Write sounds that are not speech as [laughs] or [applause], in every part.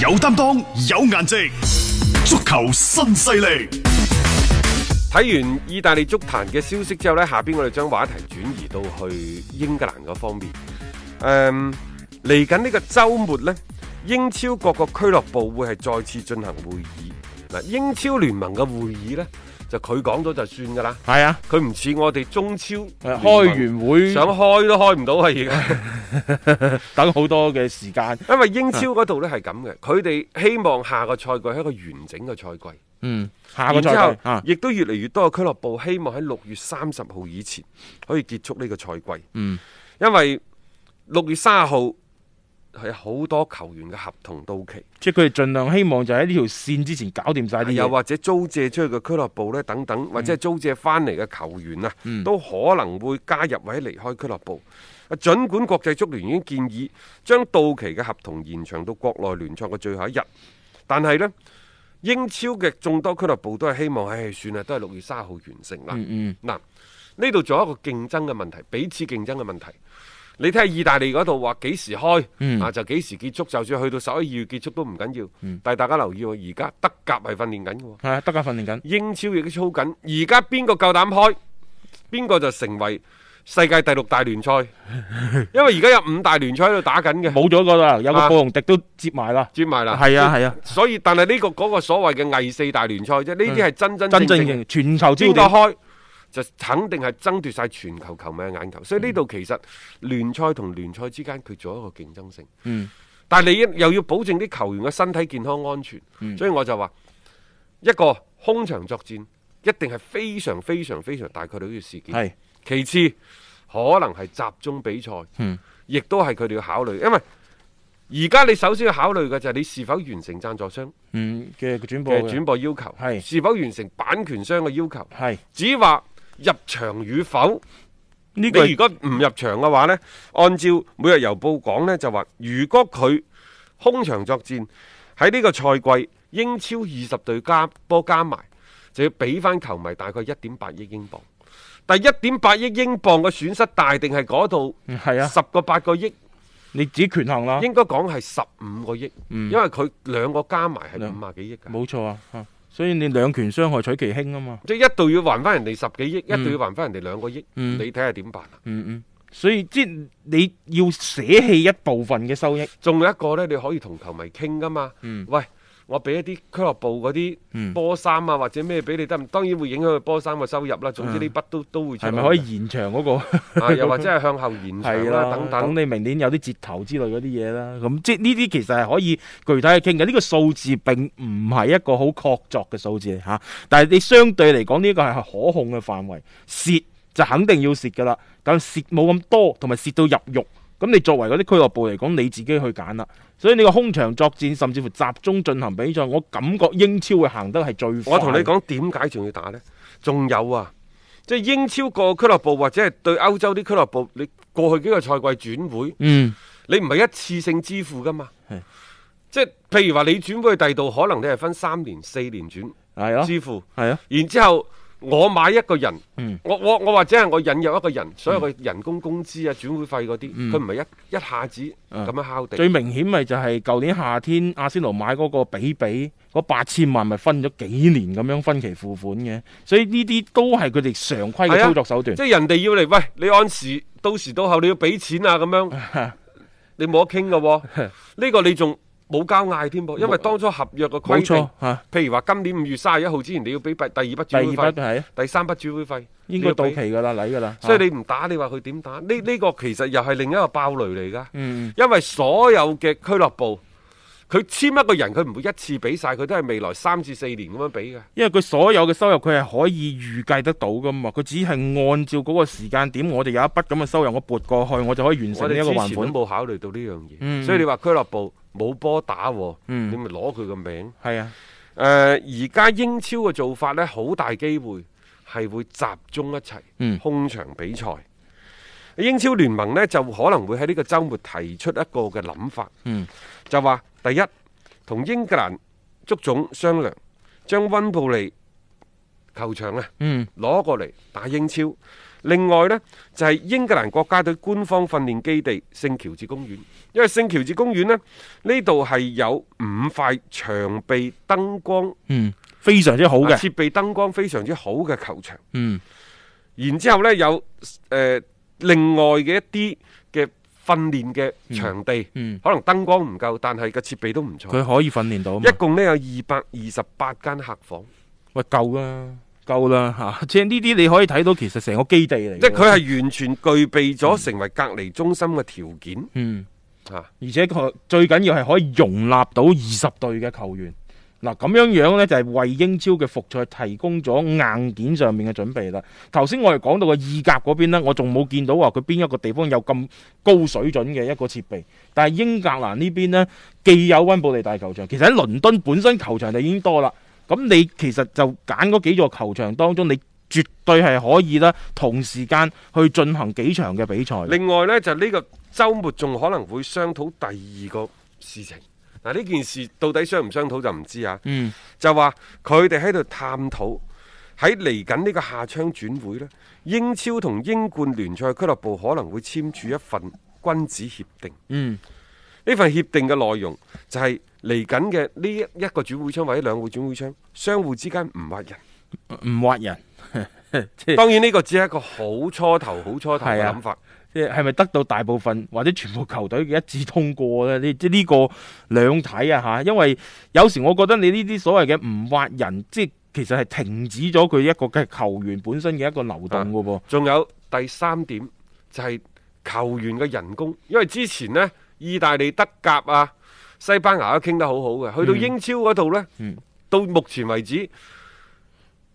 有擔當，有顏值，足球新勢力。睇完意大利足壇嘅消息之後呢，下邊我哋將話題轉移到去英格蘭嗰方面。誒、嗯嚟緊呢個週末呢，英超各個俱樂部會係再次進行會議。嗱，英超聯盟嘅會議呢，就佢講咗就算㗎啦，係啊，佢唔似我哋中超誒呃開啊完會想開都開唔到啊！而家。等好多嘅時間。因為英超嗰度呢係咁嘅，佢哋希望下個賽季係一個完整嘅賽季，嗯，下個然之賽後季啊，亦都越嚟越多嘅俱樂部希望喺六月三十號以前可以結束呢個賽季。嗯，因為六月三十號係好多球員嘅合同到期，即係佢哋盡量希望就喺呢條線之前搞掂晒啲啊又嘢。或者租借出去嘅俱樂部呢，等等，或者係租借翻嚟嘅球員啊，嗯都可能會加入或者離開俱樂部。啊，儘管國際足聯已經建議將到期嘅合同延長到國內聯賽嘅最後一日，但係呢，英超嘅眾多俱樂部都係希望，唉，算啦，都係六月三十號完成啦。嗯嗯，嗱，呢度仲有一個競爭嘅問題，彼此競爭嘅問題。你睇下意大利嗰度話幾時開、嗯啊，就幾時結束，就算去到十一二月結束都唔緊要。但係大家留意喎，而家德甲係訓練緊嘅喎，係啊，德甲訓練緊。英超亦都操緊。而家邊個夠膽開，邊個就成為世界第六大聯 [laughs] 賽，因為而家有五大聯賽喺度打緊嘅，冇咗個啦，有啊個布隆迪都接埋啦。接埋啦。係啊係啊，所以但係呢、個嗰、個所謂嘅偽四大聯賽啫，呢啲係真真真正正正型全球焦邊個點。開就肯定係爭奪晒全球球迷嘅眼球，所以呢度其實聯賽同聯賽之間佢做一個競爭性，嗯但係你又要保證啲球員嘅身體健康安全，嗯所以我就話一個空場作戰一定係非常非常非常大概率嘅事件。係其次可能係集中比賽，嗯亦都係佢哋要考慮，因為而家你首先要考慮嘅就係你是否完成贊助商嗯嘅轉播嘅嘅轉播要求，係是否完成版權商嘅要求。係只話入場與否。呢個你如果唔入場嘅話呢，按照每日郵報講呢，就話如果佢空場作戰喺呢個賽季英超二十隊加波加埋，就要俾翻球迷大概一點八億英鎊。但一點八億英鎊嘅損失大定係嗰度嗯係啊，十個八個億，你自己權衡啦。應該講係十五個億，因為佢兩個加埋係嗯兩五啊幾億㗎。冇錯啊，啊所以你兩權傷害取其輕啊嘛。即係一度要還翻人哋十幾億，一度要還翻人哋兩個億，嗯你睇下點辦啊？嗯嗯，所以即係你要捨棄一部分嘅收益。仲有一個呢，你可以同球迷傾噶嘛。嗯喂，我俾一啲俱樂部嗰啲嗯波衫啊，或者咩俾你得唔？當然會影響佢波衫嘅收入啦。總之呢筆都都會出嗯係咪可以延長嗰、個？啊？又或者係向後延長係啦，啦，等等。你明年有啲折頭之類嗰啲嘢啦。咁即係呢啲其實係可以具體去傾嘅。呢、個數字並唔係一個好確鑿嘅數字嚟嚇，但係你相對嚟講，呢、個係可控嘅範圍。蝕就肯定要蝕㗎啦，但係蝕冇咁多，同埋蝕到入肉。咁你作為嗰啲俱樂部嚟講，你自己去揀啦。所以你個空場作戰，甚至乎集中進行比賽，我感覺英超會行得係最快。我同你，講點解仲要打呢？仲有啊，即係英超個俱樂部或者係對歐洲啲俱樂部，你過去幾個賽季轉會，嗯，你唔係一次性支付噶嘛係？即係譬如話你轉會去第二度，可能你係分三年、四年轉係咯，支付。係咯，然之後我買一個人，嗯我我我或者係我引入一個人，所有嘅人工工資啊、轉會費嗰啲，佢唔係一一下子嗯咁樣敲定。最明顯咪就係舊年夏天阿仙奴買嗰個比比嗰八千萬，咪分咗幾年咁樣分期付款嘅，所以呢啲都係佢哋常係規嘅啊操作手段即。係人哋要嚟，喂，你按時到時到後你要俾錢啊，咁 [laughs] 樣你冇得傾噶喎。呢個你仲冇交嗌添噃，因為當初合約嘅冇規錯定，嚇，譬如話今年五月三十一號之前你要俾第二筆第二轉會費，筆係啊第三筆轉會費應該到。你要俾期噶啦，嚟噶啦。所以啊你唔打，你話佢點打？呢呢個其實又係另一個爆雷嚟㗎。嗯因為所有嘅俱樂部，佢簽一個人，佢唔會一次俾晒，佢都係未來三至四年咁樣俾嘅。因為佢所有嘅收入佢係可以預計得到噶嘛，佢只係按照嗰個時間點，我就有一筆咁嘅收入，我撥過去，我就可以完我成哋呢一個之還前都款。冇考慮到呢樣嘢，嗯所以你話俱樂部冇波打喎，嗯你咪攞佢個名。係啊，誒、呃而家英超嘅做法呢，好大機會係會集中一齊、嗯空場比賽。英超聯盟呢，就可能會喺呢個週末提出一個嘅諗法，嗯就話第一同英格蘭足總商量，將温布利球場啊，嗯攞過嚟打英超。另外呢，就係、英格蘭國家隊官方訓練基地聖喬治公園，因為聖喬治公園呢，呢度係有五塊長備燈光嗯，非常之好啊嘅，設備燈光非常之好嘅球場。嗯然之後呢，有誒、呃另外嘅一啲嘅訓練嘅場地，嗯，可能燈光唔夠，但係個設備都唔錯。佢可以訓練到啊嘛一共呢有二百二十八間客房，喂，夠啦，夠啦嚇！即係呢啲你可以睇到，其實成個基地嚟嘅。即係佢係完全具備咗成為隔離中心嘅條件嗯，嚇。啊而且佢最緊要係可以容納到二十隊嘅球員。嗱咁樣樣呢，就係為英超嘅復賽提供咗硬件上面嘅準備啦。頭先我哋講到嘅意甲嗰邊呢，我仲冇見到話佢邊一個地方有咁高水準嘅一個設備。但係英格蘭呢邊呢，既有温布利大球場，其實喺倫敦本身球場就已經多啦。咁你其實就揀嗰幾座球場當中，你絕對係可以啦，同時間去進行幾場嘅比賽。另外呢，就呢個週末仲可能會商討第二個事情。嗱，呢件事到底商唔商討就唔知啊。嗯就話佢哋喺度探討喺嚟緊呢個夏窗轉會呢，英超同英冠聯賽俱樂部可能會簽署一份君子協定。嗯。呢份協定嘅內容就係嚟緊嘅呢一個轉會窗或者兩個轉會窗，相互之間唔挖人。唔挖人，即係當然呢個只係一個好初頭、好初頭嘅係啊諗法。即係係咪得到大部分或者全部球隊嘅一致通過咧？呢即係呢個兩睇啊吓，因為有時我覺得你呢啲所謂嘅唔挖人，即係其實係停止咗佢一個嘅球員本身嘅一個流動嘅噃。仲有第三點就係、球員嘅人工，因為之前呢，意大利、德甲啊、西班牙都傾得好好嘅，去到英超嗰度呢，嗯到目前為止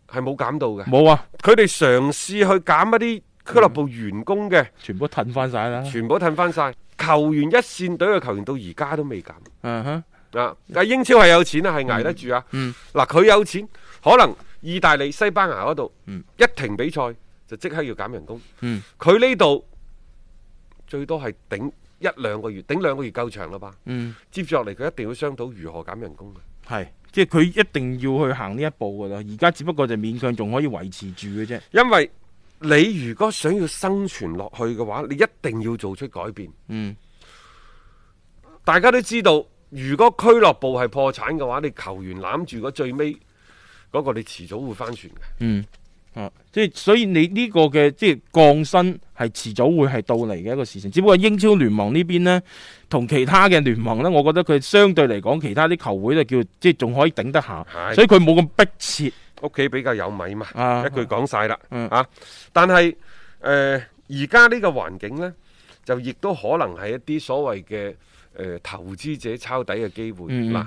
係冇減到嘅。冇啊，佢哋嘗試去減一啲俱樂部員工嘅，全部都褪翻晒啦。全部都褪翻晒。球員一線隊嘅球員到而家都未減嗯哼，啊！但英超係有錢啊，係捱得住啊。嗯嗱，佢有錢，可能意大利、西班牙嗰度、嗯一停比賽就即刻要減人工。嗯佢呢度最多係頂一兩個月，頂兩個月夠長啦吧？嗯，接住落嚟，佢一定要商討如何減人工嘅。啊係，即係佢一定要去行呢一步噶啦。而家只不過就勉強仲可以維持住嘅啫。因為你如果想要生存落去嘅話，你一定要做出改變。嗯，大家都知道，如果俱樂部係破產嘅話，你球員攬住個最尾嗰個，你遲早會翻船嘅。嗯，啊，即係所以你呢個嘅即係降薪係遲早會係到嚟嘅一個事情，只不過英超聯盟呢邊呢，同其他嘅聯盟呢，我覺得佢相對嚟講，其他啲球會就叫即係仲可以頂得下，係所以佢冇咁迫切。屋企比較有米嘛，啊一句講晒啦，嗯啊！但係誒，呃而家呢個環境呢，就亦都可能係一啲所謂嘅誒投資者抄底嘅機會。嗯嗱、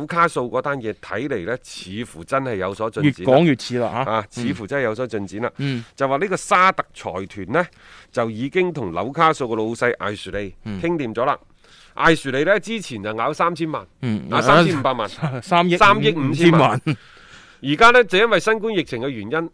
紐卡素嗰單嘢睇嚟呢，似乎真係有所進越展啦。講越嗯似啦嚇。啊，似乎真係有所進展啦。嗯就話呢個沙特財團呢，就已經同紐卡素嘅老細艾樹利嗯傾掂咗啦。艾樹利呢，之前就咬三千萬，嗯咬啊三千五百萬。啊三億三億五千萬萬，而家呢，就因為新冠疫情嘅原因，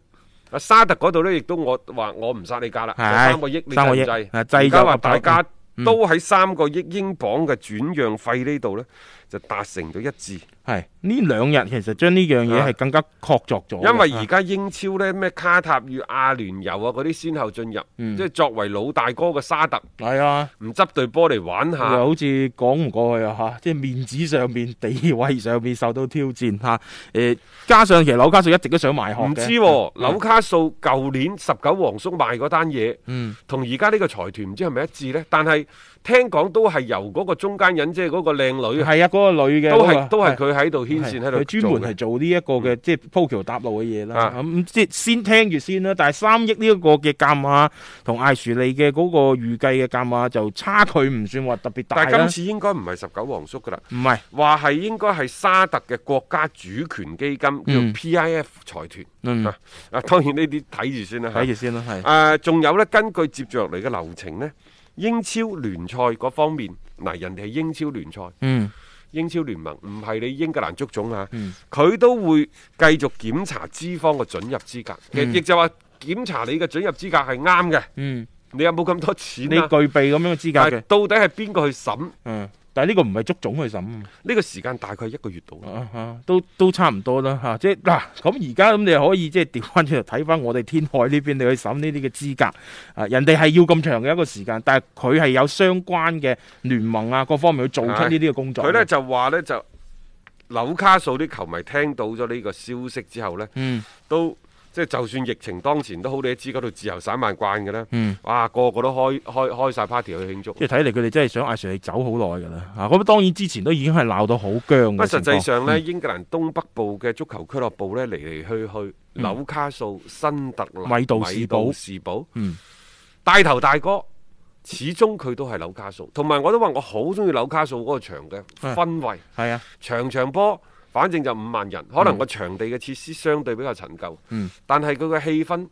啊沙特嗰度呢，亦都我話我唔殺你價啦，就係三個億你制三個唔億制？啊制而家就話個大九家都喺三個億英鎊嘅轉讓費呢度呢，就達成咗一致。係呢兩日其實將呢樣嘢係更加確鑿咗嘅。啊啊因為而家英超呢，咩卡塔與阿聯酋啊嗰啲先後進入，嗯即係作為老大哥嘅沙特係啊。唔執對波嚟玩下，又好啊似講唔過去啊嚇，即係面子上面、地位上面受到挑戰嚇。誒、加上其實紐卡素一直都想賣殼唔嘅知喎啊紐卡素舊年十九皇叔賣嗰單嘢，嗯同而家呢個財團唔知係咪一致呢？但係聽講都係由嗰個中間人，即係嗰個靚女啊，係啊，嗰、個女嘅都係嗰個都係佢喺度牽線喺度佢專做門係嘅。嗯做呢一個嘅即係鋪橋搭路嘅嘢啦啊。咁、即係先聽住先啦。但係三億呢一個嘅價碼同艾樹利嘅嗰個預計嘅價碼就差距唔算話特別大但係啦今。次應該唔係十九皇叔噶啦，唔係話係應該係沙特嘅國家主權基金叫嗯 PIF 財團。嗯啊啊，當然呢啲睇住先啦。嚇睇住先啦，係誒，仲有呢，根據接住落嚟嘅流程呢，英超聯賽嗰方面，嗱人哋係英超聯賽。嗯英超聯盟唔係你英格蘭足總啊嗯，佢、都會繼續檢查資方嘅准入資格，其實亦就話檢查你嘅准入資格係啱嘅，嗯你有冇咁多錢你具啊？備咁樣嘅資但格係，嘅到底係邊個去審？嗯，但係呢個唔係足總去審啊。呢個時間大概一個月度。啊啊都都差唔多啦吓、即係嗱，咁而家咁你可以即係調翻轉頭睇翻我哋天海呢邊，你去審呢啲嘅資格啊，人哋係要咁長嘅一個時間，但係佢係有相關嘅聯盟啊，各方面去做出呢啲嘅工哦作。佢呢就話呢，就紐卡素啲球迷聽到咗呢個消息之後呢，嗯都即係就算疫情當前都好，你都知嗰度自由散漫慣嘅啦。嗯。哇，個個都開開開曬 party 去慶祝。即係睇嚟，佢哋真係想阿 Sir 你走好耐㗎啦嚇。咁、當然之前都已經係鬧到好僵嘅不過情實況。嗯際上呢，英格蘭東北部嘅足球俱樂部呢，嚟嚟去去，嗯紐卡素、新特蘭、米杜士堡米士堡嗯，大頭大哥，始終佢都係紐卡素。同埋我都話我好中意紐卡素嗰個場嘅係氛圍，係啊，場場波。反正就五萬人，可能個場地嘅設施相對比較陳舊，嗯但係佢嘅氣氛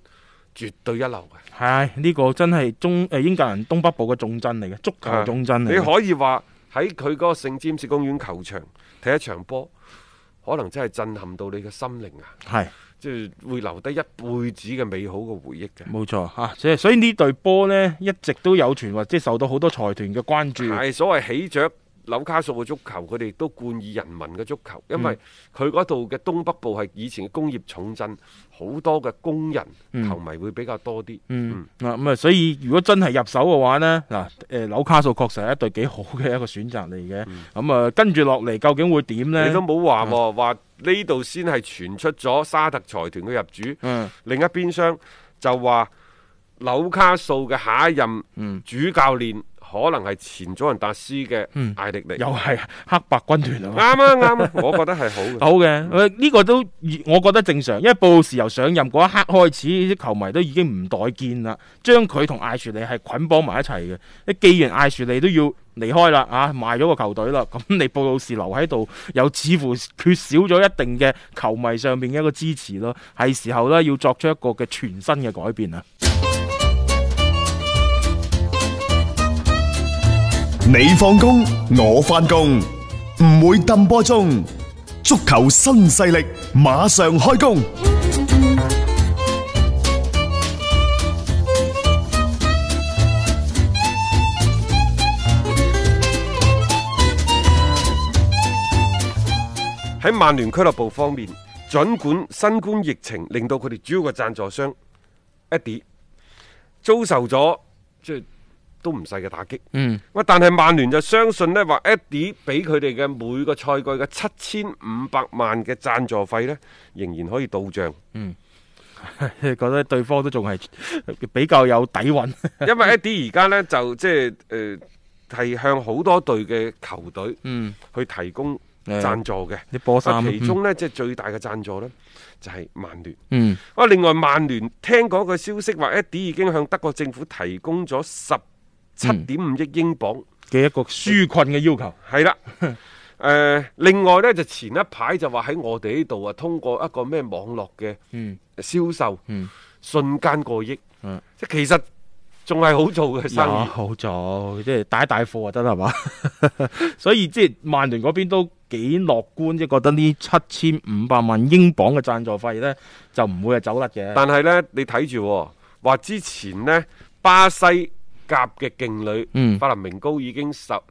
絕對一流嘅。係呢、個真係中誒英格蘭東北部嘅重鎮嚟嘅，足球重鎮嚟你嘅。可以話喺佢嗰個聖詹姆士公園球場睇一場波，可能真係震撼到你嘅心靈啊！係。即係會留低一輩子嘅美好嘅回憶嘅。冇錯嚇，所以所以呢隊波呢，一直都有傳話，即係受到好多財團嘅關注。係所謂起着紐卡素嘅足球，佢哋都冠以人民嘅足球，因嗯為佢嗰度嘅東北部係以前嘅工業重鎮，好多嘅工人嗯球迷會比較多啲。嗯，嗱咁啊，所以如果真係入手嘅話呢，嗱，誒紐卡素確實係一隊幾好嘅一個選擇嚟嘅。咁啊，跟住落嚟究竟會點嗯你都呢？冇話喎，話呢度先係傳出咗沙特財團嘅入主。嗯另一邊廂就話紐卡素嘅下一任嗯，主教練可能係前祖雲達斯嘅嗯艾力尼。又係黑白軍團啊嘛啱啊啱啊，我覺得係好嘅。[laughs] [laughs] 好嘅，誒呢個都我覺得正常，因為布魯士由上任嗰一刻開始，啲球迷都已經唔待見啦，將佢同艾樹利係捆綁埋一齊嘅。你既然艾樹利都要離開啦，啊賣咗個球隊啦， [laughs] 咁你布魯士留喺度，又似乎缺少咗一定嘅球迷上面嘅一個支持咯，係時候咧要作出一個嘅全新嘅改變啊！ [laughs] 你放工，我翻工，唔會抌波中。足球新勢力馬上開工。喺曼聯俱樂部方面，儘管新冠疫情令到佢哋主要嘅贊助商 Adi 遭受咗即係都唔細嘅打擊。嗯，喂，但係曼聯就相信呢話 Adi 俾佢哋嘅每個賽季嘅七千五百萬嘅贊助費呢，仍然可以到 [laughs] 帳，覺得對方都仲係 [laughs] 比較有底韻，因為 Adi 而家呢，就即係誒係向好多隊嘅球隊嗯，去提供贊助嘅。啲波啊衫，其中呢，即係最大嘅贊助呢，就係曼聯。嗯啊，另外曼聯聽講個消息話，一啲已經向德國政府提供咗十七嗯點五億英鎊，嘅一個紓困嘅要求。係 [laughs] 啦。誒、另外呢，就前一排就話喺我哋呢度啊，通過一個咩網絡嘅嗯銷售，嗯瞬間過億，嗯即係其實仲係好做嘅生有意。好做，即係帶一帶貨就得啦，係嘛？所以即係曼聯嗰邊都幾樂觀，即係覺得呢七千五百萬英鎊嘅贊助費呢，就唔會係走甩嘅。但係呢，你睇住喎話之前呢，巴西甲嘅勁旅、嗯法林明高已經受誒誒、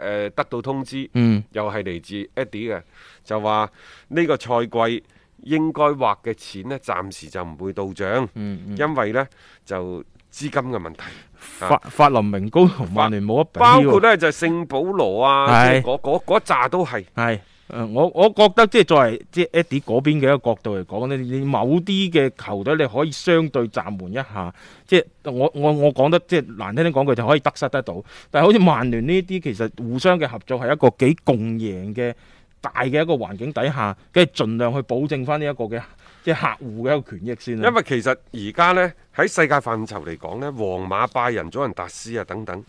呃得到通知。嗯又係嚟自 Eddie 嘅，就話呢個賽季應該劃嘅錢呢，暫時就唔會到帳，嗯嗯，因為呢就資金嘅問題，法法林明高同曼聯冇得比包括喎。呢就聖保羅啊，即係係嗰嗰嗰扎都係。係。誒呃我我覺得即係作為即係 Eddie 嗰邊嘅一個角度嚟講咧，你你某啲嘅球隊你可以相對暫緩一下，即係我我我講得即係難聽啲講句就可以得失得到，但係好似曼聯呢啲其實互相嘅合作係一個幾共贏嘅大嘅一個環境底下，跟住盡量去保證翻呢一個嘅即係客戶嘅一個權益先啦。因為其實而家呢，喺世界範疇嚟講呢，皇馬、拜仁、祖雲達斯啊等等，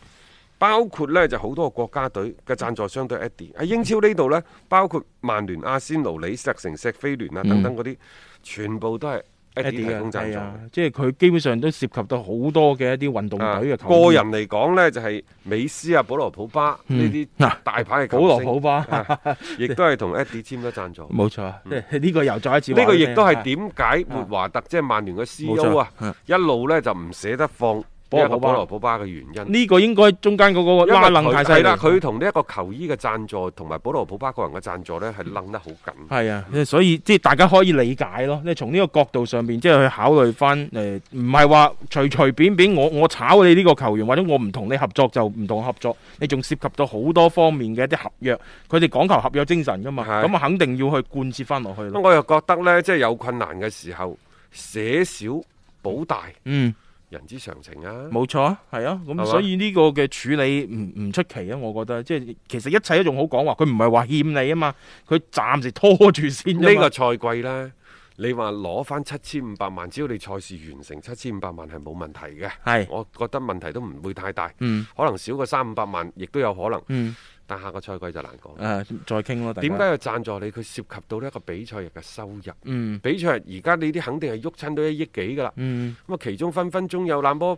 包括呢就好多個國家隊嘅贊助商都係 Eddie 喺英超呢度呢，包括曼聯、阿仙奴、李斯特城、石飛聯啊等等嗰啲，全部都係 Eddie 提供贊助嗯係嘅啊。，即係佢基本上都涉及到好多嘅一啲運動啊隊嘅球個人員嚟講呢，就係美斯啊、保羅普巴呢啲嗯嗱大牌嘅保球羅星普巴，啊亦都係同 Eddie 簽咗贊助。呢冇錯啊，即係呢個又再一次話個俾你啊亦都係聽點解活華特即係曼聯嘅啊 E 冇 CEO 錯啊，一路呢就唔捨得放保呢一個羅普保巴羅普巴嘅原因。呢個應該中間嗰個因為拉楞佢太犀係利啦，佢同呢一個球衣嘅贊助同埋保羅普巴個人嘅贊助呢，係楞得好緊。係啊，所以即係大家可以理解咯。即係從呢個角度上邊，即係去考慮翻誒，唔係話隨隨便便我我炒你呢個球員，或者我唔同你合作就唔同合作，你仲涉及到好多方面嘅一啲合約，佢哋講求合約精神噶嘛，係咁啊肯定要去貫徹翻落去咁咯。我又覺得呢，即係有困難嘅時候，捨小保大，嗯，人之常情啊。冇錯啊，係啊，嘛咁所以呢個嘅處理唔唔出奇啊，我覺得即係其實一切都仲好講話，佢唔係話欠你啊嘛，佢暫時拖住先啫呢嘛個賽季呢，你話攞翻七千五百萬，只要你賽事完成七千五百萬係冇問題嘅。係我覺得問題都唔會太大，嗯可能少過三五百萬，亦都有可能。嗯但下個賽季就難講。誒、啊再傾咯，大家點解要贊助你？佢涉及到呢一個比賽日嘅收入。嗯比賽日而家呢啲肯定係喐親到一億幾噶啦。嗯咁啊，其中分分鐘有那麼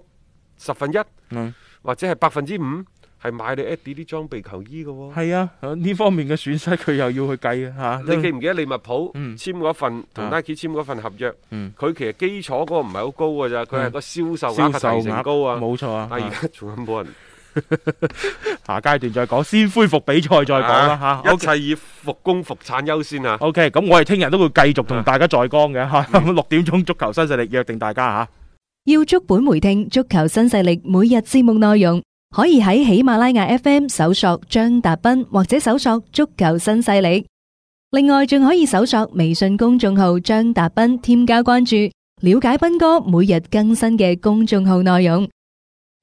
十分一嗯或者係百分之五係買你 Adi 啲裝備球衣嘅喎。係啊，呢方面嘅損失佢又要去計啊嚇。你記唔記得利物浦嗯簽嗰份同啊 Nike 簽嗰份合約？嗯佢其實基礎嗰個唔係好高㗎咋，佢係嗯個銷售銷額售嘅提額成高啊。冇錯啊但。係而家仲有冇人？下階段再講，先恢復比賽再講啦啊嚇。一切以復工復產優先啊！ O K，咁我哋聽日都會繼續同大家再講嘅嚇。咁六點鐘足球新勢力約定大家嚇。要足本回聽足球新勢力每日節目內容，可以喺喜馬拉雅 FM 搜索張達斌或者搜索足球新勢力。另外，仲可以搜索微信公眾號張達斌，添加關注，了解斌哥每日更新嘅公眾號內容。